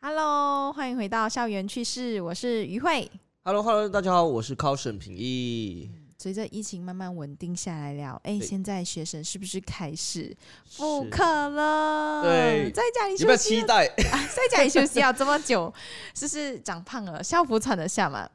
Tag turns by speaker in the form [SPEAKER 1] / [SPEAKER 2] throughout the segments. [SPEAKER 1] Hello，欢迎回到校园趣事，我是于慧。
[SPEAKER 2] Hello，Hello，大家好，我是 Caution 平一。
[SPEAKER 1] 随着疫情慢慢稳定下来了，哎、
[SPEAKER 2] 对
[SPEAKER 1] 现在学生是不是开始复
[SPEAKER 2] 是
[SPEAKER 1] 课了？
[SPEAKER 2] 对
[SPEAKER 1] 在家里
[SPEAKER 2] 有没
[SPEAKER 1] 休
[SPEAKER 2] 有
[SPEAKER 1] 息
[SPEAKER 2] 期
[SPEAKER 1] 啊，
[SPEAKER 2] 待？
[SPEAKER 1] 在家里休息要这么久，就是长胖了，校服穿得下吗？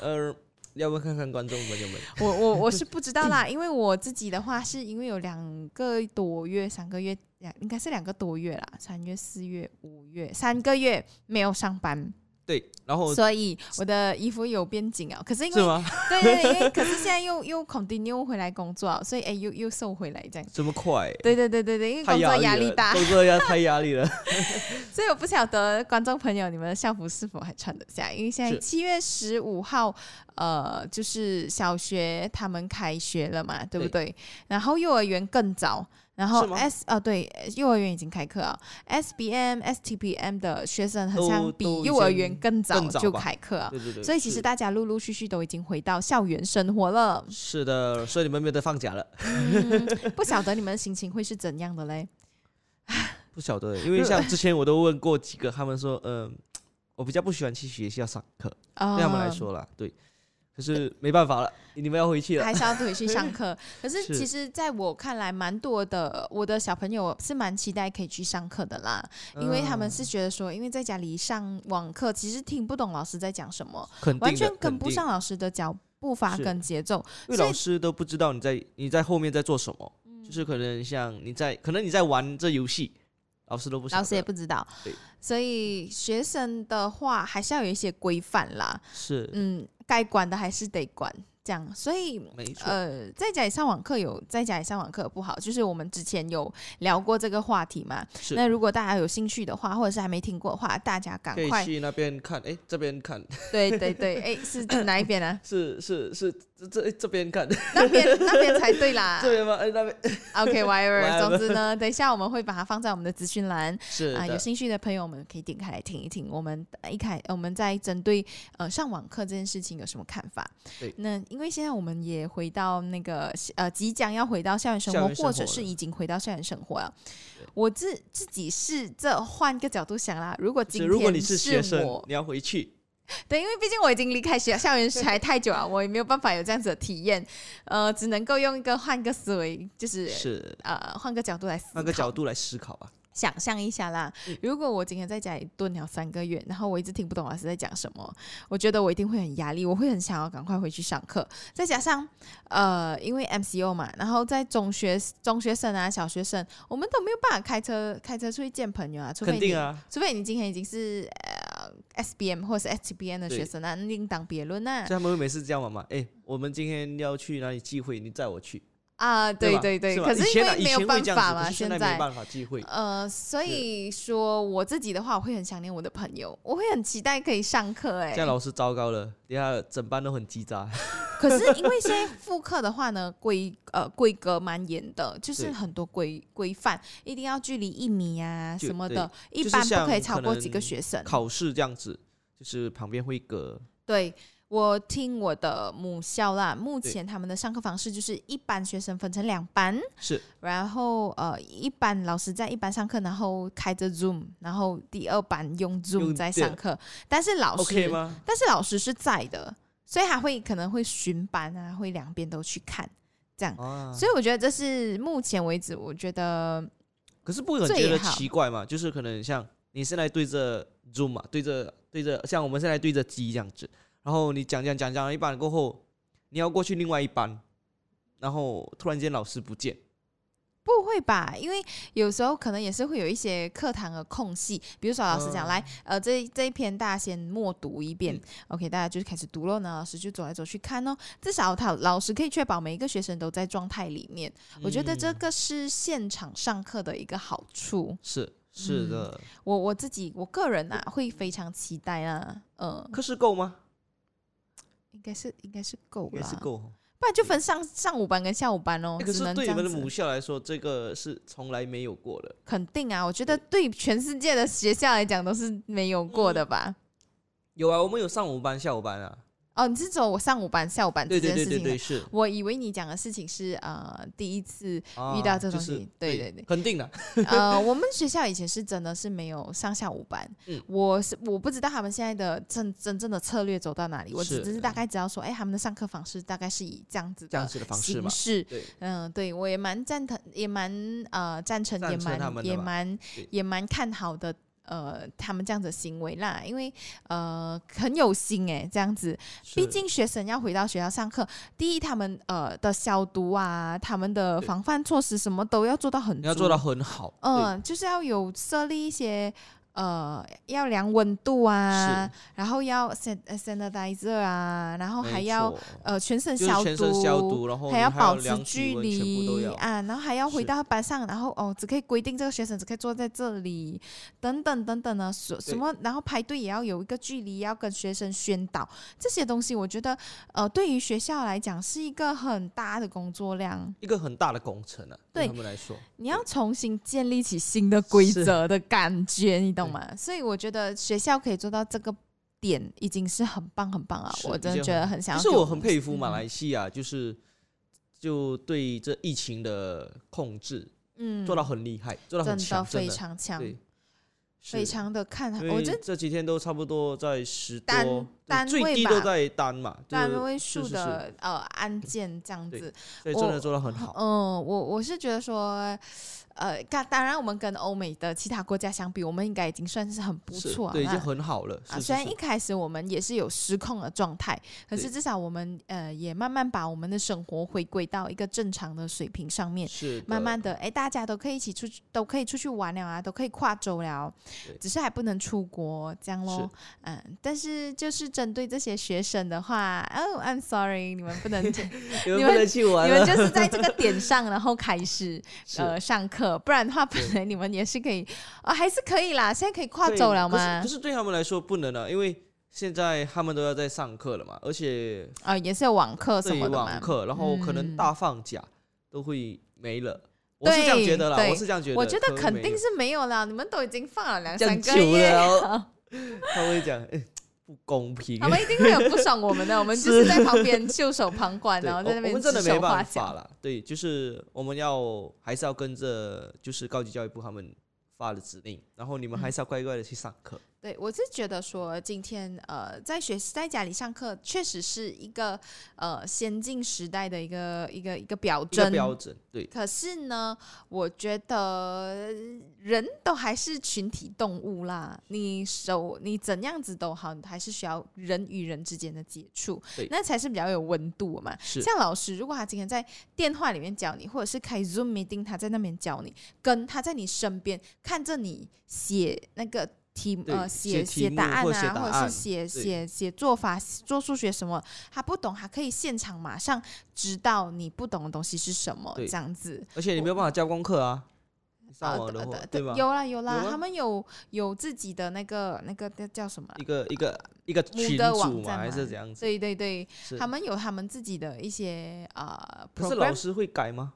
[SPEAKER 2] 呃，要不要看看观众朋友们？
[SPEAKER 1] 我我我是不知道啦，因为我自己的话，是因为有两个多月、三个月，两应该是两个多月啦，三月、四月、五月，三个月没有上班，
[SPEAKER 2] 对，然后
[SPEAKER 1] 所以我的衣服有变紧啊。可是因
[SPEAKER 2] 是
[SPEAKER 1] 为
[SPEAKER 2] 吗？
[SPEAKER 1] 对对对，因为可是现在又又 continue 回来工作啊，所以哎又又瘦回来这样。
[SPEAKER 2] 这么快？
[SPEAKER 1] 对对对对对，因为
[SPEAKER 2] 太
[SPEAKER 1] 工作
[SPEAKER 2] 力
[SPEAKER 1] 压力
[SPEAKER 2] 了
[SPEAKER 1] 大，
[SPEAKER 2] 工作压太压力了。
[SPEAKER 1] 所以我不晓得观众朋友你们的校服是否还穿得下，因为现在
[SPEAKER 2] 是
[SPEAKER 1] 七月十五号，呃，就是小学他们开学了嘛，对不对？然后幼儿园更早，然
[SPEAKER 2] 是
[SPEAKER 1] 后
[SPEAKER 2] 吗
[SPEAKER 1] S 哦对，幼儿园已经开课了，SBM、STPM 的学生好像
[SPEAKER 2] 都
[SPEAKER 1] 比
[SPEAKER 2] 哦都已
[SPEAKER 1] 幼儿
[SPEAKER 2] 经
[SPEAKER 1] 园更早
[SPEAKER 2] 更早
[SPEAKER 1] 就
[SPEAKER 2] 吧
[SPEAKER 1] 开课了。
[SPEAKER 2] 对对对，
[SPEAKER 1] 所以其实
[SPEAKER 2] 是，
[SPEAKER 1] 大家陆陆续续都已经回到校园生活了
[SPEAKER 2] 是的，所以你们没有得放假了。
[SPEAKER 1] 嗯 不晓得你们的心情会是怎样的嘞？
[SPEAKER 2] 不晓 得，因为像之前我都问过几个，他们说，嗯、我比较不喜欢去学校上课，
[SPEAKER 1] 啊
[SPEAKER 2] 对他们来说啦，对。可是没办法了，你们要回去了。
[SPEAKER 1] 还是要回去上 课。可是
[SPEAKER 2] 是
[SPEAKER 1] 其实在我看来，蛮多的我的小朋友是蛮期待可以去上课的啦，因为他们是觉得说，因为在家里上网课，其实听不懂老师在讲什么，
[SPEAKER 2] 肯定的
[SPEAKER 1] 完全跟不。上
[SPEAKER 2] 肯
[SPEAKER 1] 老师的脚步伐
[SPEAKER 2] 是
[SPEAKER 1] 跟节奏。
[SPEAKER 2] 定因为
[SPEAKER 1] 所以嗯
[SPEAKER 2] 老师都不知道你在你在后面在做什么，就是可能像你在可能你在玩这游戏，老师都不晓得
[SPEAKER 1] 老师也不知道
[SPEAKER 2] 对，
[SPEAKER 1] 所以学生的话还是要有一些规范啦。
[SPEAKER 2] 是、
[SPEAKER 1] 嗯，该管的还是得管，这样。所以
[SPEAKER 2] 没错，
[SPEAKER 1] 呃，在家里上网课有在家里上网课不好，就是我们之前有聊过这个话题嘛。
[SPEAKER 2] 是
[SPEAKER 1] 那如果大家有兴趣的话，或者是还没听过的话，大家赶
[SPEAKER 2] 可以
[SPEAKER 1] 快，
[SPEAKER 2] 去那边看，哎，这边看？
[SPEAKER 1] 对对对，哎，是哪一边啊
[SPEAKER 2] 是是是这这诶这边看
[SPEAKER 1] 那边那边才对啦
[SPEAKER 2] 这。边吗？哎那边
[SPEAKER 1] 呃 OK，whatever。
[SPEAKER 2] Whatever
[SPEAKER 1] 总之呢，等一下我们会把它放在我们的资讯栏
[SPEAKER 2] 是
[SPEAKER 1] 啊，
[SPEAKER 2] 的
[SPEAKER 1] 有兴趣的朋友们可以点开来听一听。我们呃一开，我们在针对呃上网课这件事情有什么看法
[SPEAKER 2] 对？
[SPEAKER 1] 那因为现在我们也回到那个呃，即将要回到校园生活
[SPEAKER 2] 校园，生活
[SPEAKER 1] 或者是
[SPEAKER 2] 了
[SPEAKER 1] 已经回到校园生活了。我自自己是这换个角度想啦，如果今天
[SPEAKER 2] 是如果你学
[SPEAKER 1] 我
[SPEAKER 2] 生，你要回去，
[SPEAKER 1] 对，因为毕竟我已经离开学校园才太久了，我也没有办法有这样子的体验，呃，只能够用一个换个思维，就是
[SPEAKER 2] 是
[SPEAKER 1] 呃换个角度来思考，
[SPEAKER 2] 换个角度来思考吧。
[SPEAKER 1] 想象一下啦。
[SPEAKER 2] 嗯
[SPEAKER 1] 如果我今天在家里蹲了三个月，然后我一直听不懂老师在讲什么，我觉得我一定会很压力，我会很想要赶快回去上课。再加上呃，因为 MCO 嘛，然后在中学中学生啊、小学生，我们都没有办法开车开车出去见朋友啊，除非
[SPEAKER 2] 肯
[SPEAKER 1] 你
[SPEAKER 2] 定啊，
[SPEAKER 1] 除非你今天已经是呃 SBM 或者是 STBN 的
[SPEAKER 2] 对啊
[SPEAKER 1] 学生啊那另当别论啊呐
[SPEAKER 2] 所以。他们会每次这样玩嘛？哎，我们今天要去哪里聚会，你载我去。
[SPEAKER 1] 啊，对
[SPEAKER 2] 吧
[SPEAKER 1] 对对，
[SPEAKER 2] 是吧
[SPEAKER 1] 可是
[SPEAKER 2] 以
[SPEAKER 1] 因
[SPEAKER 2] 前啊
[SPEAKER 1] 为没有
[SPEAKER 2] 以前
[SPEAKER 1] 办
[SPEAKER 2] 会这样
[SPEAKER 1] 法
[SPEAKER 2] 子
[SPEAKER 1] 嘛，
[SPEAKER 2] 可是现
[SPEAKER 1] 在
[SPEAKER 2] 没办法聚会。
[SPEAKER 1] 呃，所以说我自己的话，我会很想念我的朋友，我会很期待可以上课哎、
[SPEAKER 2] 这样老师糟糕了，等下整班都很 叽喳。
[SPEAKER 1] 可是因为现在复课的话呢，规呃规格蛮严的，就是
[SPEAKER 2] 对
[SPEAKER 1] 很多规规范，一定要距离一米啊
[SPEAKER 2] 就
[SPEAKER 1] 什么
[SPEAKER 2] 对
[SPEAKER 1] 的，一
[SPEAKER 2] 就是
[SPEAKER 1] 般不
[SPEAKER 2] 像
[SPEAKER 1] 可以超
[SPEAKER 2] 可
[SPEAKER 1] 过几个
[SPEAKER 2] 能
[SPEAKER 1] 学生。
[SPEAKER 2] 考试这样子，就是旁边会有一个
[SPEAKER 1] 对我听我的母校啦，目
[SPEAKER 2] 对
[SPEAKER 1] 前他们的上课方式就是一班学生分成两班，
[SPEAKER 2] 是
[SPEAKER 1] 然后呃一班老师在一班上课，然后开着 Zoom，然后第二班用 Zoom
[SPEAKER 2] 用
[SPEAKER 1] 在
[SPEAKER 2] 电
[SPEAKER 1] 上课，但是老师
[SPEAKER 2] OK 吗？
[SPEAKER 1] 但是老师是在的，所以他会可能会巡班啊，会两边都去看这样。
[SPEAKER 2] 啊，
[SPEAKER 1] 所以我觉得这是目前为止，我觉得
[SPEAKER 2] 可是不很
[SPEAKER 1] 最
[SPEAKER 2] 觉得
[SPEAKER 1] 好
[SPEAKER 2] 奇怪嘛？就是可能像你现在对着 Zoom 嘛，对着对着，像我们现在对着机这样子，然后你讲讲讲讲到一半过后，你要过去另外一班，然后突然间老师不见，
[SPEAKER 1] 不会吧，因为有时候可能也是会有一些课堂的空隙，比如说老师讲、
[SPEAKER 2] 嗯
[SPEAKER 1] 来，呃，这这一篇大家先默读一遍、
[SPEAKER 2] 嗯
[SPEAKER 1] o k 大家就开始读了呢，老师就走来走去看哦，至少他老师可以确保每一个学生都在状态里面，我觉得这
[SPEAKER 2] 嗯
[SPEAKER 1] 个是现场上课的一个好处。
[SPEAKER 2] 是是
[SPEAKER 1] 嗯
[SPEAKER 2] 的，
[SPEAKER 1] 我我自己我个人啊会非常期待啊，呃，
[SPEAKER 2] 课时够吗？
[SPEAKER 1] 应该是应该是够
[SPEAKER 2] 应该
[SPEAKER 1] 啦，
[SPEAKER 2] 是够哦。
[SPEAKER 1] 不然就分上上午班跟下午班哦。
[SPEAKER 2] 欸可
[SPEAKER 1] 只
[SPEAKER 2] 是
[SPEAKER 1] 能这
[SPEAKER 2] 对你
[SPEAKER 1] 样
[SPEAKER 2] 们的
[SPEAKER 1] 子。
[SPEAKER 2] 母校来说，这个是从来没有过的。
[SPEAKER 1] 肯定啊，我觉得对全世界的学校来讲都是没有过的吧。
[SPEAKER 2] 有啊，我们有上午班、下午班啊。
[SPEAKER 1] 哦，你是走我上午班、下午班
[SPEAKER 2] 对
[SPEAKER 1] 这
[SPEAKER 2] 对
[SPEAKER 1] 件
[SPEAKER 2] 对
[SPEAKER 1] 事情
[SPEAKER 2] 对
[SPEAKER 1] 的。
[SPEAKER 2] 对，是
[SPEAKER 1] 我以为你讲的事情是呃第一 次，
[SPEAKER 2] 啊
[SPEAKER 1] 到这
[SPEAKER 2] 就
[SPEAKER 1] 东
[SPEAKER 2] 是
[SPEAKER 1] 西对对对
[SPEAKER 2] 肯定的，
[SPEAKER 1] 呃，我们学校以前是真的是没有上下午班，
[SPEAKER 2] 嗯
[SPEAKER 1] 我是我不知道他们现在的真真正的策略走到哪里，我只
[SPEAKER 2] 是
[SPEAKER 1] 只是大概知道说，哎，他们的上课方式大概是以这样子
[SPEAKER 2] 这样
[SPEAKER 1] 的
[SPEAKER 2] 子的方式
[SPEAKER 1] 形
[SPEAKER 2] 嘛，
[SPEAKER 1] 式，
[SPEAKER 2] 对，
[SPEAKER 1] 嗯，对我也蛮赞同，也蛮呃赞成，
[SPEAKER 2] 赞
[SPEAKER 1] 也
[SPEAKER 2] 成他
[SPEAKER 1] 蛮
[SPEAKER 2] 们的
[SPEAKER 1] 也
[SPEAKER 2] 吧
[SPEAKER 1] 蛮
[SPEAKER 2] 对
[SPEAKER 1] 也蛮看好的。呃，他们这样子的行为啦，因为呃很有心诶、这样子，毕
[SPEAKER 2] 是
[SPEAKER 1] 竟学生要回到学校上课，第一他们呃的消毒啊，他们的
[SPEAKER 2] 对
[SPEAKER 1] 防范措施什么都要做到很
[SPEAKER 2] 你
[SPEAKER 1] 足，
[SPEAKER 2] 要做到很好，对
[SPEAKER 1] 嗯、就是要有设立一些呃要量温度啊，然后要 san 呃 sanitizer 啊，然后
[SPEAKER 2] 没
[SPEAKER 1] 还要
[SPEAKER 2] 错
[SPEAKER 1] 呃全身
[SPEAKER 2] 就是
[SPEAKER 1] 消
[SPEAKER 2] 全身消毒，然后
[SPEAKER 1] 还
[SPEAKER 2] 你
[SPEAKER 1] 要保持
[SPEAKER 2] 量体
[SPEAKER 1] 距
[SPEAKER 2] 温，全部都
[SPEAKER 1] 离
[SPEAKER 2] 要。
[SPEAKER 1] 啊，然后还要回
[SPEAKER 2] 是
[SPEAKER 1] 到班上，然后哦，只可以规定这个学生只可以坐在这里，等等等等呢，什什
[SPEAKER 2] 对
[SPEAKER 1] 么，然后排队也要有一个距离，要跟学生宣导这些东西，我觉得呃，对于学校来讲是一个很大的工作量，
[SPEAKER 2] 一个很大的工程啊，
[SPEAKER 1] 对
[SPEAKER 2] 他们来说，
[SPEAKER 1] 你要重新建立起新的规
[SPEAKER 2] 是
[SPEAKER 1] 则的感觉，你懂吗？所以我觉得学校可以做到这个点已经是很棒很棒了，啊
[SPEAKER 2] 是
[SPEAKER 1] 我
[SPEAKER 2] 已
[SPEAKER 1] 真的
[SPEAKER 2] 经
[SPEAKER 1] 觉
[SPEAKER 2] 很
[SPEAKER 1] 得
[SPEAKER 2] 好
[SPEAKER 1] 很想
[SPEAKER 2] 其
[SPEAKER 1] 要
[SPEAKER 2] 实
[SPEAKER 1] 给
[SPEAKER 2] 我
[SPEAKER 1] 我
[SPEAKER 2] 很
[SPEAKER 1] 们
[SPEAKER 2] 佩服马
[SPEAKER 1] 嗯
[SPEAKER 2] 来西亚，就是就对这疫情的控制
[SPEAKER 1] 嗯
[SPEAKER 2] 做到很厉害，做到很
[SPEAKER 1] 真
[SPEAKER 2] 强，真
[SPEAKER 1] 非
[SPEAKER 2] 的
[SPEAKER 1] 常强。
[SPEAKER 2] 对，
[SPEAKER 1] 非
[SPEAKER 2] 是。
[SPEAKER 1] 常的看好，
[SPEAKER 2] 因
[SPEAKER 1] 我
[SPEAKER 2] 为
[SPEAKER 1] 真
[SPEAKER 2] 这几天都差不多在十
[SPEAKER 1] 单
[SPEAKER 2] 多，对
[SPEAKER 1] 单位
[SPEAKER 2] 最低
[SPEAKER 1] 吧
[SPEAKER 2] 都在单嘛，
[SPEAKER 1] 单
[SPEAKER 2] 就
[SPEAKER 1] 位
[SPEAKER 2] 是
[SPEAKER 1] 数
[SPEAKER 2] 是是
[SPEAKER 1] 的呃案件这样
[SPEAKER 2] 对
[SPEAKER 1] 子。
[SPEAKER 2] 所以真
[SPEAKER 1] 我
[SPEAKER 2] 的做到很好，
[SPEAKER 1] 嗯，我我是觉得说，呃，当当然我们跟欧美的其他国家相比，我们应该已经算是很不
[SPEAKER 2] 是
[SPEAKER 1] 错
[SPEAKER 2] 对，已经
[SPEAKER 1] 了。
[SPEAKER 2] 很好了。
[SPEAKER 1] 啊，虽
[SPEAKER 2] 是是
[SPEAKER 1] 然一
[SPEAKER 2] 是，
[SPEAKER 1] 开始我们也是有失控的状态，可是
[SPEAKER 2] 对
[SPEAKER 1] 至少我们呃也慢慢把我们的生活回归到一个正常的水平上面。
[SPEAKER 2] 是
[SPEAKER 1] 慢慢的，哎，大家都可以一起出去，都可以出去玩了啊，都可以跨州了
[SPEAKER 2] 对，
[SPEAKER 1] 只是还不能出国这样咯。嗯，但是就是针对这些学生的话，哦，I'm sorry，你们不 能这，
[SPEAKER 2] 你们
[SPEAKER 1] 你
[SPEAKER 2] 不
[SPEAKER 1] 们
[SPEAKER 2] 能去玩
[SPEAKER 1] 你们
[SPEAKER 2] 了，
[SPEAKER 1] 就是在这个点上，然后开始
[SPEAKER 2] 是
[SPEAKER 1] 呃上课，不然的话，本
[SPEAKER 2] 对
[SPEAKER 1] 来你们也是可以，啊、还是可以啦，现在可以跨
[SPEAKER 2] 对
[SPEAKER 1] 州了
[SPEAKER 2] 可是
[SPEAKER 1] 吗
[SPEAKER 2] 可？是对他们来说不能啊，因为现在他们都要在上课了嘛，而且
[SPEAKER 1] 啊、也是有网课什
[SPEAKER 2] 对
[SPEAKER 1] 么的
[SPEAKER 2] 网
[SPEAKER 1] 嘛。
[SPEAKER 2] 课，然后可
[SPEAKER 1] 嗯
[SPEAKER 2] 能大放假都会没了。我是这样觉得啦，
[SPEAKER 1] 对
[SPEAKER 2] 我是这样觉得。
[SPEAKER 1] 我觉得肯定
[SPEAKER 2] 是
[SPEAKER 1] 是没有了，你们都已经放了两三
[SPEAKER 2] 讲
[SPEAKER 1] 个
[SPEAKER 2] 久
[SPEAKER 1] 月
[SPEAKER 2] 了，
[SPEAKER 1] 了。
[SPEAKER 2] 他会讲，哎，不公 平
[SPEAKER 1] 他。们一定会有不爽我们 的，我们就是在旁边袖手旁观，
[SPEAKER 2] 对，
[SPEAKER 1] 然
[SPEAKER 2] 我
[SPEAKER 1] 后在那
[SPEAKER 2] 我
[SPEAKER 1] 边
[SPEAKER 2] 们真的
[SPEAKER 1] 指手
[SPEAKER 2] 没
[SPEAKER 1] 画
[SPEAKER 2] 办
[SPEAKER 1] 脚
[SPEAKER 2] 法。啦。对，就是我们要还是要跟着，就是高级教育部他们发的指令，然后你
[SPEAKER 1] 嗯
[SPEAKER 2] 们还是要乖乖的去上课。
[SPEAKER 1] 对我是觉得说，今天呃，在学在家里上课，确实是一个呃先进时代的一个一个一个表
[SPEAKER 2] 一个
[SPEAKER 1] 征。
[SPEAKER 2] 标准，对，
[SPEAKER 1] 可是呢，我觉得人都还是群体动物啦。你手你怎样子都好，你还是需要人与人之间的接触
[SPEAKER 2] 对，
[SPEAKER 1] 那才是比较有温度嘛。
[SPEAKER 2] 是
[SPEAKER 1] 像老师，如果他今天在电话里面教你，或者是开 Zoom meeting，他在那边教你，跟他在你身边看着你写那个题
[SPEAKER 2] 对
[SPEAKER 1] 呃
[SPEAKER 2] 写
[SPEAKER 1] 写
[SPEAKER 2] 题
[SPEAKER 1] 写
[SPEAKER 2] 目
[SPEAKER 1] 答案
[SPEAKER 2] 或
[SPEAKER 1] 啊，
[SPEAKER 2] 者写答
[SPEAKER 1] 或者
[SPEAKER 2] 案
[SPEAKER 1] 是写写写做法做数学什么，他不懂，他可以现场马上知道你不懂的东西是什么，
[SPEAKER 2] 对
[SPEAKER 1] 这样子。
[SPEAKER 2] 而且你没有办法交功课啊，上网的
[SPEAKER 1] 呃
[SPEAKER 2] 话
[SPEAKER 1] 呃，
[SPEAKER 2] 对吧？
[SPEAKER 1] 有啦有啦
[SPEAKER 2] 有，吗啊
[SPEAKER 1] 他们有有自己的那个那个那叫什么啦
[SPEAKER 2] 一？个一个一个
[SPEAKER 1] 母
[SPEAKER 2] 群
[SPEAKER 1] 的网
[SPEAKER 2] 主嘛，
[SPEAKER 1] 站
[SPEAKER 2] 还
[SPEAKER 1] 嘛
[SPEAKER 2] 是怎样子？
[SPEAKER 1] 对对对，
[SPEAKER 2] 是
[SPEAKER 1] 他们有他们自己的一些呃
[SPEAKER 2] 可是
[SPEAKER 1] program
[SPEAKER 2] 老师会改吗？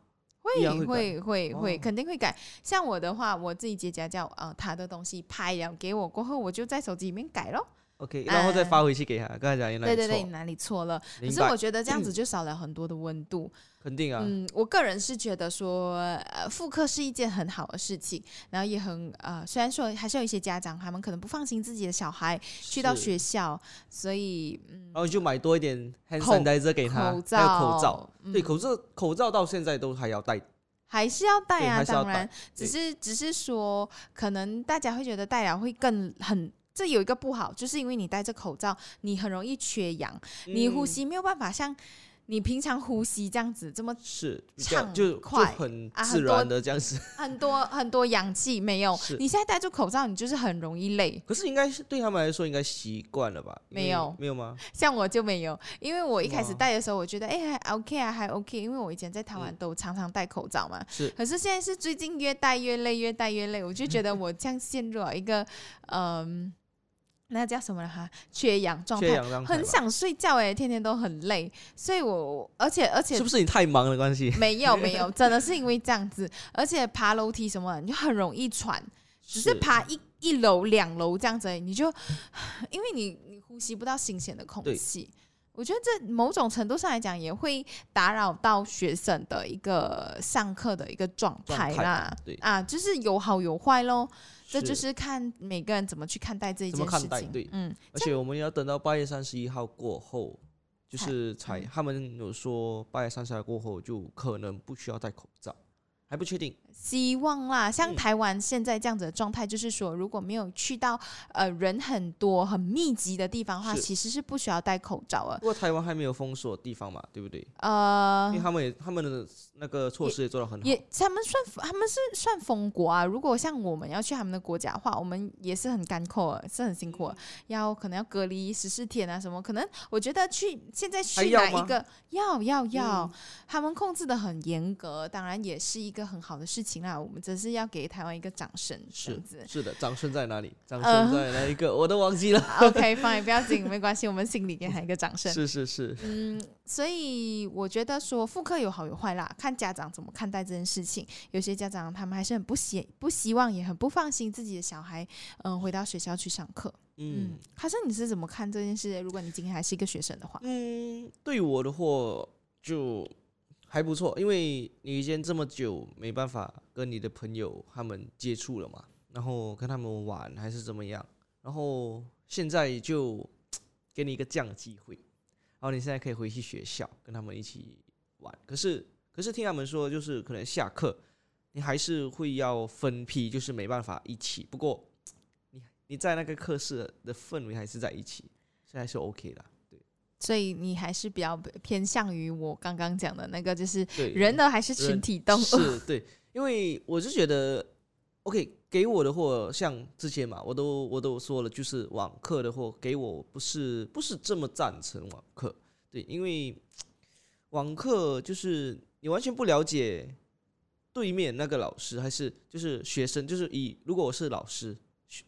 [SPEAKER 2] 一样
[SPEAKER 1] 会
[SPEAKER 2] 会
[SPEAKER 1] 会会会，
[SPEAKER 2] 哦
[SPEAKER 1] 肯定会改。像我的话，我自己结家教，呃，他的东西拍了给我过后，我就在手机里面改咯。
[SPEAKER 2] OK，然后再发回去给他，刚才讲你哪
[SPEAKER 1] 对
[SPEAKER 2] 里
[SPEAKER 1] 呃对对，
[SPEAKER 2] 错
[SPEAKER 1] 哪里错了？可
[SPEAKER 2] 明
[SPEAKER 1] 是
[SPEAKER 2] 白嗯
[SPEAKER 1] 我觉得这样子就少了很多的温度。
[SPEAKER 2] 肯定啊，
[SPEAKER 1] 嗯，我个人是觉得说，呃，复课是一件很好的事情，然后也很呃，虽然说还是有一些家长他们可能不放心自己的小孩去到
[SPEAKER 2] 是，
[SPEAKER 1] 学校，所以嗯
[SPEAKER 2] 然，后就买多一点 hand
[SPEAKER 1] 口
[SPEAKER 2] sanitizer 给他，还有
[SPEAKER 1] 口罩
[SPEAKER 2] 口罩，
[SPEAKER 1] 嗯
[SPEAKER 2] 对，口罩口罩到现在都还要戴，
[SPEAKER 1] 还是要戴
[SPEAKER 2] 对
[SPEAKER 1] 啊，
[SPEAKER 2] 还是要
[SPEAKER 1] 当然，只
[SPEAKER 2] 对
[SPEAKER 1] 是只是说，可能大家会觉得戴了会更很。这有一个不好，就是因为你戴着口罩，你很容易缺氧，你呼
[SPEAKER 2] 嗯
[SPEAKER 1] 吸没有办法像你平常呼吸这样子这么
[SPEAKER 2] 是比较
[SPEAKER 1] 畅
[SPEAKER 2] 就就
[SPEAKER 1] 快
[SPEAKER 2] 很
[SPEAKER 1] 啊很
[SPEAKER 2] 自
[SPEAKER 1] 多
[SPEAKER 2] 然的这样子。
[SPEAKER 1] 很多很多氧气没有
[SPEAKER 2] 是。
[SPEAKER 1] 你现在戴住口罩，你就是很容易累。
[SPEAKER 2] 可是应该是对他们来说应该习惯了吧？因
[SPEAKER 1] 没
[SPEAKER 2] 为
[SPEAKER 1] 有
[SPEAKER 2] 没有吗？
[SPEAKER 1] 像我就没有，因为我一开始
[SPEAKER 2] 哇
[SPEAKER 1] 戴的时候，我觉得哎还 OK 啊，还 OK，因为我以前在台湾
[SPEAKER 2] 嗯
[SPEAKER 1] 都常常戴口罩嘛。
[SPEAKER 2] 是
[SPEAKER 1] 可是现在是最近越戴越累，越戴越累，我就觉得我这样陷入了一个嗯、那叫什么了哈，缺氧状
[SPEAKER 2] 缺
[SPEAKER 1] 态，
[SPEAKER 2] 氧让
[SPEAKER 1] 很想睡觉哎、天天都很累，所以我而且而且
[SPEAKER 2] 是不是你太忙的关系？
[SPEAKER 1] 没有没有，真的是因为这样子，而且爬楼梯什么的你就很容易喘，只是爬一一 楼两楼这样子而已，你就因为你你呼吸不到新鲜的空
[SPEAKER 2] 对
[SPEAKER 1] 气，我觉得这某种程度上来讲，也会打扰到学生的一个上课的一个状态
[SPEAKER 2] 状态
[SPEAKER 1] 啦
[SPEAKER 2] 吧。对
[SPEAKER 1] 啊，就是有好有坏喽，这就是看每个人怎么去看待这一
[SPEAKER 2] 怎么
[SPEAKER 1] 件事
[SPEAKER 2] 看待
[SPEAKER 1] 情。
[SPEAKER 2] 对
[SPEAKER 1] 嗯，
[SPEAKER 2] 而且我们要等到八月三十一号过后，就
[SPEAKER 1] 才
[SPEAKER 2] 是才他们有说八月三十号过后就可能不需要戴口罩，还不确定。
[SPEAKER 1] 希望啦，像
[SPEAKER 2] 嗯
[SPEAKER 1] 台湾现在这样子的状态，就是说，如果没有去到呃人很多、很密集的地方的话，
[SPEAKER 2] 是
[SPEAKER 1] 其实是不需要戴口罩的
[SPEAKER 2] 不。过台湾还没有封锁地方嘛，对不对？
[SPEAKER 1] 呃
[SPEAKER 2] 因为，他们也他们的那个措施也做得很好，
[SPEAKER 1] 也他们算他们是算封国啊。如果像我们要去他们的国家的话，我们也是很干扣的，是很辛
[SPEAKER 2] 嗯
[SPEAKER 1] 苦的，要可能要隔离十四天啊什么。可能我觉得去现在
[SPEAKER 2] 还
[SPEAKER 1] 去
[SPEAKER 2] 要
[SPEAKER 1] 哪一
[SPEAKER 2] 吗
[SPEAKER 1] 个要要要、
[SPEAKER 2] 嗯
[SPEAKER 1] 他们控制的很严格，当然也是一个很好的事情啦。我们真是要给台湾一个掌声，这
[SPEAKER 2] 是
[SPEAKER 1] 样子。
[SPEAKER 2] 是的。掌声在哪里？掌
[SPEAKER 1] 呃
[SPEAKER 2] 声在哪一个？我都 忘记了。
[SPEAKER 1] OK fine，不要紧，没关系，我们心里给他一个掌声。
[SPEAKER 2] 是是是，
[SPEAKER 1] 嗯，所以我觉得说复课有好有坏啦，看家长怎么看待这件事情。有些家长他们还是很不希不希望，也很不放心自己的小孩，嗯，回到学校去上课。
[SPEAKER 2] 嗯
[SPEAKER 1] 嗯，卡生你是怎么看这件事？如果你今天还是一个学生的话，
[SPEAKER 2] 嗯，对我的话就还不错，因为你已经这么久没办法跟你的朋友他们接触了嘛，然后跟他们玩还是怎么样，然后现在就给你一个这样的机会，然后你现在可以回去学校跟他们一起玩，可是可是听他们说就是可能下课你还是会要分批，就是没办法一起，不过你你在那个课室的氛围还是在一起，所以还是 OK 的。
[SPEAKER 1] 所以你还是比较偏向于我刚刚讲的那个，就是
[SPEAKER 2] 对，
[SPEAKER 1] 人呢还是群
[SPEAKER 2] 人
[SPEAKER 1] 体动物？
[SPEAKER 2] 是对，因为我是觉得，OK，给我的货像之前嘛，我都我都说了，就是网课的货给我不是不是这么赞成网课，对，因为网课就是你完全不了解对面那个老师还是就是学生，就是以如果我是老师，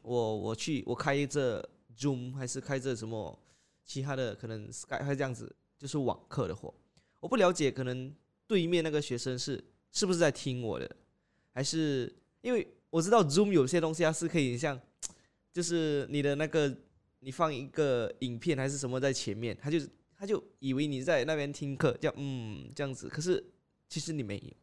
[SPEAKER 2] 我我去我开着 Zoom 还是开着什么其他的可能 Skype 还是这样子，就是网课的货，我不了解可能。对面那个学生是是不是在听我的，还是因为我知道 Zoom 有些东西它是可以像，就是你的那个你放一个影片还是什么在前面，他就他就以为你在那边听课，叫嗯这样子，可是其实你没有，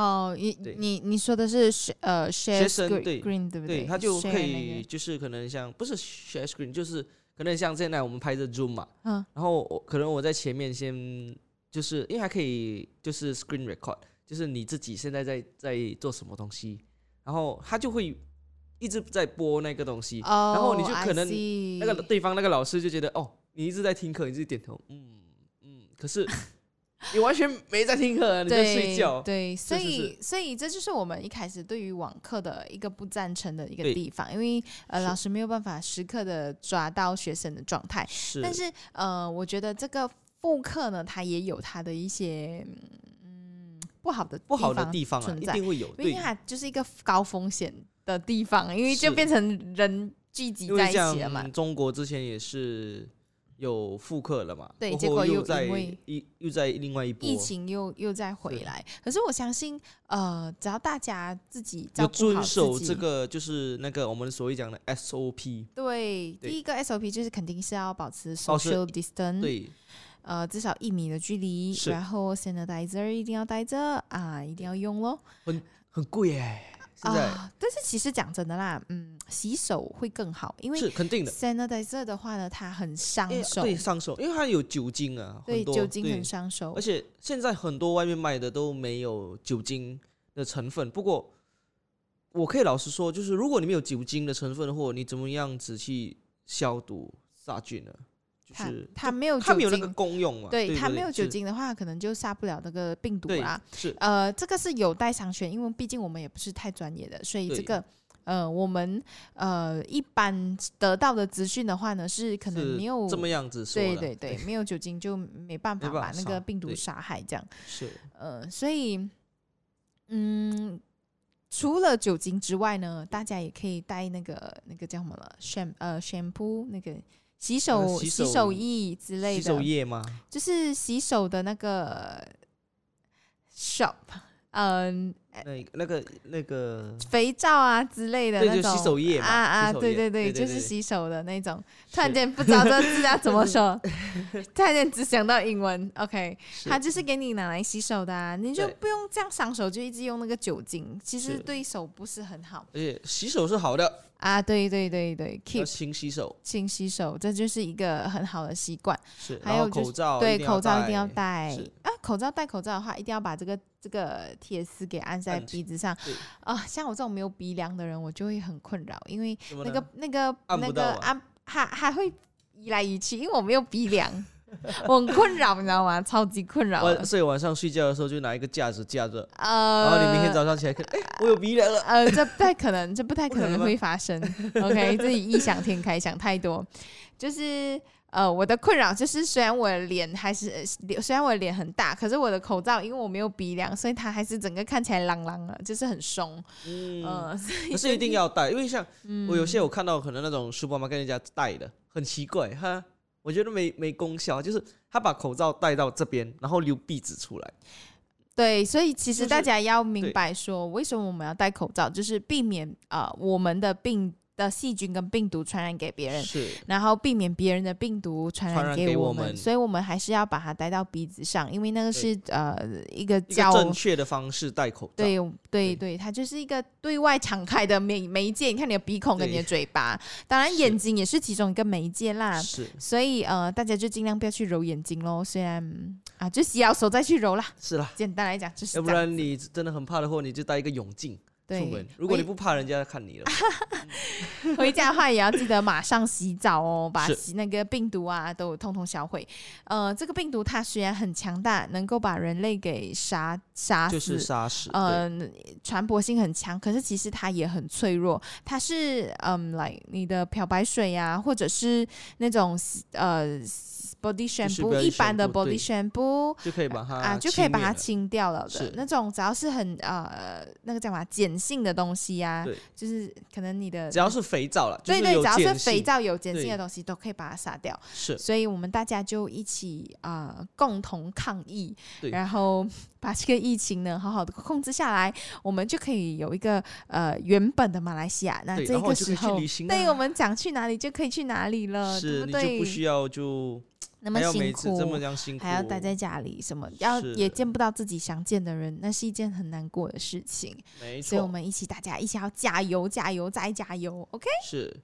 [SPEAKER 1] 哦，你
[SPEAKER 2] 对
[SPEAKER 1] 你你说的是学呃 share
[SPEAKER 2] 学生
[SPEAKER 1] screen-
[SPEAKER 2] 对
[SPEAKER 1] green 对不
[SPEAKER 2] 对他就
[SPEAKER 1] Share
[SPEAKER 2] 可
[SPEAKER 1] 那个
[SPEAKER 2] 以就是可能像不是 share screen，就是可能像现在我们拍着 Zoom 嘛，
[SPEAKER 1] 嗯，
[SPEAKER 2] 然后我可能我在前面先就是因为还可以就是 screen record，就是你自己现在在在做什么东西，然后他就会一直在播那个东西，
[SPEAKER 1] 哦，
[SPEAKER 2] 然后你就
[SPEAKER 1] I
[SPEAKER 2] 可能
[SPEAKER 1] see
[SPEAKER 2] 那个对方那个老师就觉得哦，你一直在听课，你自己点头，嗯嗯，可是你完全没在听课，你在
[SPEAKER 1] 对
[SPEAKER 2] 睡觉，
[SPEAKER 1] 对，所
[SPEAKER 2] 是
[SPEAKER 1] 以所以这就是我们一开始对于网课的一个不赞成的一个
[SPEAKER 2] 对
[SPEAKER 1] 地方，因为呃
[SPEAKER 2] 是
[SPEAKER 1] 老师没有办法时刻的抓到学生的状态，
[SPEAKER 2] 是
[SPEAKER 1] 但是呃我觉得这个复课呢，它也有它的一些嗯不好的
[SPEAKER 2] 不好的
[SPEAKER 1] 方
[SPEAKER 2] 地方啊，
[SPEAKER 1] 存
[SPEAKER 2] 一
[SPEAKER 1] 在
[SPEAKER 2] 定会有，
[SPEAKER 1] 因为
[SPEAKER 2] 对，
[SPEAKER 1] 它就是一个高风险的地方，因为就是变成人聚集
[SPEAKER 2] 因
[SPEAKER 1] 在
[SPEAKER 2] 为
[SPEAKER 1] 一起了嘛
[SPEAKER 2] 像。中国之前也是有复课了嘛，
[SPEAKER 1] 对
[SPEAKER 2] 过
[SPEAKER 1] 结
[SPEAKER 2] 后
[SPEAKER 1] 果又
[SPEAKER 2] 又
[SPEAKER 1] 因
[SPEAKER 2] 在
[SPEAKER 1] 为
[SPEAKER 2] 一又在另外一波
[SPEAKER 1] 疫情又又再回
[SPEAKER 2] 是
[SPEAKER 1] 来，可是我相信，呃，只要大家自己照
[SPEAKER 2] 要
[SPEAKER 1] 顾好
[SPEAKER 2] 遵
[SPEAKER 1] 自
[SPEAKER 2] 守
[SPEAKER 1] 己
[SPEAKER 2] 这个就是那个我们所谓讲的 SOP，
[SPEAKER 1] 对，
[SPEAKER 2] 对
[SPEAKER 1] 第一个 SOP 就是肯定是要保持
[SPEAKER 2] 保持
[SPEAKER 1] social distance，，
[SPEAKER 2] 对，
[SPEAKER 1] 呃，至少一米的距离，
[SPEAKER 2] 是
[SPEAKER 1] 然后 sanitizer 一定要带着啊，一定要用咯。
[SPEAKER 2] 很贵耶，现在、
[SPEAKER 1] 啊，但是其实讲真的啦，嗯，洗手会更好，因为
[SPEAKER 2] 是肯定的，
[SPEAKER 1] sanitizer 的话呢，它很伤
[SPEAKER 2] 因为
[SPEAKER 1] 手，
[SPEAKER 2] 对上手，因为它有酒精啊，
[SPEAKER 1] 对
[SPEAKER 2] 很多
[SPEAKER 1] 酒精
[SPEAKER 2] 对
[SPEAKER 1] 很伤手
[SPEAKER 2] 而，且现在很多外面卖的都没有酒精的成分。不过，我可以老实说，就是如果你没有酒精的成分的话，你怎么样子去消毒杀菌呢？就
[SPEAKER 1] 它
[SPEAKER 2] 是
[SPEAKER 1] 它没有
[SPEAKER 2] 它没
[SPEAKER 1] 酒
[SPEAKER 2] 有那个
[SPEAKER 1] 精，
[SPEAKER 2] 功用嘛？对
[SPEAKER 1] 对，
[SPEAKER 2] 不对，
[SPEAKER 1] 它没有酒
[SPEAKER 2] 是，
[SPEAKER 1] 精的话，可能就杀不了那个病毒
[SPEAKER 2] 对
[SPEAKER 1] 啦。，
[SPEAKER 2] 是
[SPEAKER 1] 呃，这个是有待商榷，因为毕竟我们也不是太专业的，所以这
[SPEAKER 2] 对
[SPEAKER 1] 个呃，我们呃一般得到的资讯的话呢，是可能
[SPEAKER 2] 是
[SPEAKER 1] 没有
[SPEAKER 2] 这么样子说
[SPEAKER 1] 对
[SPEAKER 2] 的
[SPEAKER 1] 对 对，没有酒精就没办法
[SPEAKER 2] 没办
[SPEAKER 1] 把
[SPEAKER 2] 法
[SPEAKER 1] 那个
[SPEAKER 2] 杀
[SPEAKER 1] 病毒
[SPEAKER 2] 对
[SPEAKER 1] 杀害这样。
[SPEAKER 2] 是
[SPEAKER 1] 呃，所以嗯，除了酒精之外呢，大家也可以带那个那个叫什么了，sham 呃 shampoo 那个洗手、
[SPEAKER 2] 呃洗
[SPEAKER 1] 洗手
[SPEAKER 2] 手
[SPEAKER 1] 液之类
[SPEAKER 2] 洗手
[SPEAKER 1] 的，
[SPEAKER 2] 液吗？
[SPEAKER 1] 就是洗手的那个 shop，嗯、
[SPEAKER 2] 那那个那个
[SPEAKER 1] 肥皂啊之类的
[SPEAKER 2] 对
[SPEAKER 1] 那种，
[SPEAKER 2] 就洗手液嘛
[SPEAKER 1] 啊啊，
[SPEAKER 2] 洗手
[SPEAKER 1] 对
[SPEAKER 2] 液
[SPEAKER 1] 对
[SPEAKER 2] 对对
[SPEAKER 1] 就是
[SPEAKER 2] 对
[SPEAKER 1] 洗手的那种。
[SPEAKER 2] 是
[SPEAKER 1] 突然间不知道这字要怎么说，差点只想到英文。OK，
[SPEAKER 2] 是
[SPEAKER 1] 它就是给你拿来洗手的、啊，你就
[SPEAKER 2] 对
[SPEAKER 1] 不用这样伤手，就一直用那个酒精，其实
[SPEAKER 2] 是
[SPEAKER 1] 对手不是很好
[SPEAKER 2] 而且洗手是好的，
[SPEAKER 1] 啊。对对对对
[SPEAKER 2] 要
[SPEAKER 1] ，keep
[SPEAKER 2] 勤洗手
[SPEAKER 1] 勤洗手，这就是一个很好的习惯。
[SPEAKER 2] 是，
[SPEAKER 1] 还
[SPEAKER 2] 然后
[SPEAKER 1] 有就是
[SPEAKER 2] 口罩
[SPEAKER 1] 对，
[SPEAKER 2] 哦定
[SPEAKER 1] 口罩一定
[SPEAKER 2] 戴
[SPEAKER 1] 要戴
[SPEAKER 2] 是
[SPEAKER 1] 啊！口罩戴口罩的话，一定要把这个这个铁丝给按在
[SPEAKER 2] 按起
[SPEAKER 1] 鼻子上
[SPEAKER 2] 对
[SPEAKER 1] 啊、像我这种没有鼻梁的人，我就会很困扰，因为
[SPEAKER 2] 什么
[SPEAKER 1] 那
[SPEAKER 2] 呢
[SPEAKER 1] 个那个
[SPEAKER 2] 按
[SPEAKER 1] 那
[SPEAKER 2] 不
[SPEAKER 1] 个
[SPEAKER 2] 到啊
[SPEAKER 1] 按还还会移来移去，因为我没有鼻梁， 我很困扰，你知道吗？超级困扰的
[SPEAKER 2] 晚，。所以晚上睡觉的时候就拿一个架子架着，然后
[SPEAKER 1] 呃，
[SPEAKER 2] 哦你明天早上起来看，哎，我有鼻梁了。
[SPEAKER 1] 呃，这不太可能，这不太可
[SPEAKER 2] 不可
[SPEAKER 1] 能
[SPEAKER 2] 能吗
[SPEAKER 1] 会发生。OK，自己异想天开，想太多。就是呃，我的困扰就是，虽然我的脸还是，呃虽然我的脸很大，可是我的口罩因为我没有鼻梁，所以它还是整个看起来啷啷的，就是很松。嗯、
[SPEAKER 2] 嗯，
[SPEAKER 1] 呃，嗯所以
[SPEAKER 2] 可是一定要戴，因为像我有些我看到可能那种 supermarket 人家戴的很奇怪哈，我觉得没没功效，就是他把口罩戴到这边，然后留鼻子出来。
[SPEAKER 1] 对，所以其实
[SPEAKER 2] 就是
[SPEAKER 1] 大家要明
[SPEAKER 2] 对
[SPEAKER 1] 白说，为什么我们要戴口罩，就是避免呃我们的病的细菌跟病毒传染给别人。
[SPEAKER 2] 是，
[SPEAKER 1] 然后避免别人的病毒传
[SPEAKER 2] 传
[SPEAKER 1] 染
[SPEAKER 2] 染
[SPEAKER 1] 给
[SPEAKER 2] 给
[SPEAKER 1] 我
[SPEAKER 2] 我
[SPEAKER 1] 们，
[SPEAKER 2] 们
[SPEAKER 1] 所以我们还是要把它戴到鼻子上，因为那个
[SPEAKER 2] 对
[SPEAKER 1] 是呃一个
[SPEAKER 2] 一个
[SPEAKER 1] 叫
[SPEAKER 2] 正确的方式戴口罩。
[SPEAKER 1] 对对
[SPEAKER 2] 对
[SPEAKER 1] 对，它就是一个对外敞开的媒媒介。你看你的鼻孔跟你的嘴巴，当然
[SPEAKER 2] 是
[SPEAKER 1] 眼睛也是其中一个媒介啦。
[SPEAKER 2] 是
[SPEAKER 1] 所以呃，大家就尽量不要去揉眼睛喽。虽然嗯啊，就洗好手再去揉啦。
[SPEAKER 2] 是啦，
[SPEAKER 1] 简单来讲就是
[SPEAKER 2] 要不
[SPEAKER 1] 这样
[SPEAKER 2] 然你真的很怕的话，你就戴一个泳镜出
[SPEAKER 1] 对
[SPEAKER 2] 门。如果你
[SPEAKER 1] 回
[SPEAKER 2] 不怕人家看你了，
[SPEAKER 1] 回家的话也要记得马上洗澡哦，把
[SPEAKER 2] 是
[SPEAKER 1] 洗那个病毒啊都通通销毁。呃，这个病毒它虽然很强大，能够把人类给杀杀死，
[SPEAKER 2] 就是杀死。对
[SPEAKER 1] 嗯，传播性很强，可是其实它也很脆弱。它是嗯，来、你的漂白水呀、或者是那种呃 body
[SPEAKER 2] 是
[SPEAKER 1] shampoo
[SPEAKER 2] body
[SPEAKER 1] 一般的
[SPEAKER 2] shampoo，对
[SPEAKER 1] body shampoo，
[SPEAKER 2] 就可以把它
[SPEAKER 1] 啊，就可以把它
[SPEAKER 2] 清
[SPEAKER 1] 清掉了的
[SPEAKER 2] 是。
[SPEAKER 1] 那种只要是很呃那个叫什么碱性的东西呀、
[SPEAKER 2] 对
[SPEAKER 1] 就是可能你的
[SPEAKER 2] 灭了，只要是肥皂了，
[SPEAKER 1] 对
[SPEAKER 2] 就
[SPEAKER 1] 对，
[SPEAKER 2] 有
[SPEAKER 1] 只要是
[SPEAKER 2] 碱性
[SPEAKER 1] 肥皂有碱性的
[SPEAKER 2] 对
[SPEAKER 1] 东西都可以把它杀掉。
[SPEAKER 2] 是
[SPEAKER 1] 所以我们大家就一起啊、呃共同抗疫，
[SPEAKER 2] 对
[SPEAKER 1] 然后 把这个疫情呢好好的控制下来，我们就可以有一个呃原本的马来西亚。那
[SPEAKER 2] 对
[SPEAKER 1] 啊这
[SPEAKER 2] 然后
[SPEAKER 1] 个
[SPEAKER 2] 就
[SPEAKER 1] 时
[SPEAKER 2] 可以去
[SPEAKER 1] 候
[SPEAKER 2] 旅，行啊
[SPEAKER 1] 对
[SPEAKER 2] 啦
[SPEAKER 1] 我们讲去哪里就可以去哪里了，
[SPEAKER 2] 是，
[SPEAKER 1] 对
[SPEAKER 2] 你
[SPEAKER 1] 不
[SPEAKER 2] 就
[SPEAKER 1] 呃对？
[SPEAKER 2] 不需要就
[SPEAKER 1] 那么
[SPEAKER 2] 还要
[SPEAKER 1] 辛
[SPEAKER 2] 每次这么
[SPEAKER 1] 苦。
[SPEAKER 2] 样辛苦，
[SPEAKER 1] 还要待在家里，什么要
[SPEAKER 2] 是
[SPEAKER 1] 也见不到自己想见的人，那是一件很难过的事情。
[SPEAKER 2] 没
[SPEAKER 1] 所以，我
[SPEAKER 2] 错，
[SPEAKER 1] 们一起大家一起要加油，加油，再加油，OK。
[SPEAKER 2] 是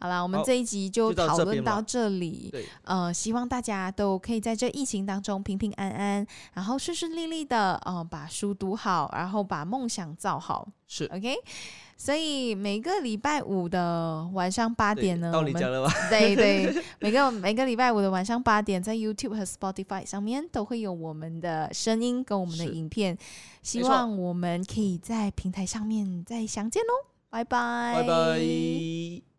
[SPEAKER 1] 好啦，我们
[SPEAKER 2] 好
[SPEAKER 1] 这一集就
[SPEAKER 2] 就到
[SPEAKER 1] 讨
[SPEAKER 2] 这
[SPEAKER 1] 论
[SPEAKER 2] 边吧
[SPEAKER 1] 到这里。
[SPEAKER 2] 对
[SPEAKER 1] 呃，希望大家都可以在这疫情当中平平安安，然后顺顺利利的，呃，把书读好，然后把梦想造好。
[SPEAKER 2] 是。
[SPEAKER 1] OK，所以每个礼拜五的晚上八
[SPEAKER 2] 对
[SPEAKER 1] 点呢，
[SPEAKER 2] 到
[SPEAKER 1] 我
[SPEAKER 2] 你
[SPEAKER 1] 们
[SPEAKER 2] 家了吧？
[SPEAKER 1] 对 对，每个每个礼拜五的晚上八点，在 YouTube 和 Spotify 上面都会有我们的声音跟我们的
[SPEAKER 2] 是
[SPEAKER 1] 影片，希
[SPEAKER 2] 没错
[SPEAKER 1] 望我们可以在平台上面再相见喽，拜拜，
[SPEAKER 2] 拜拜。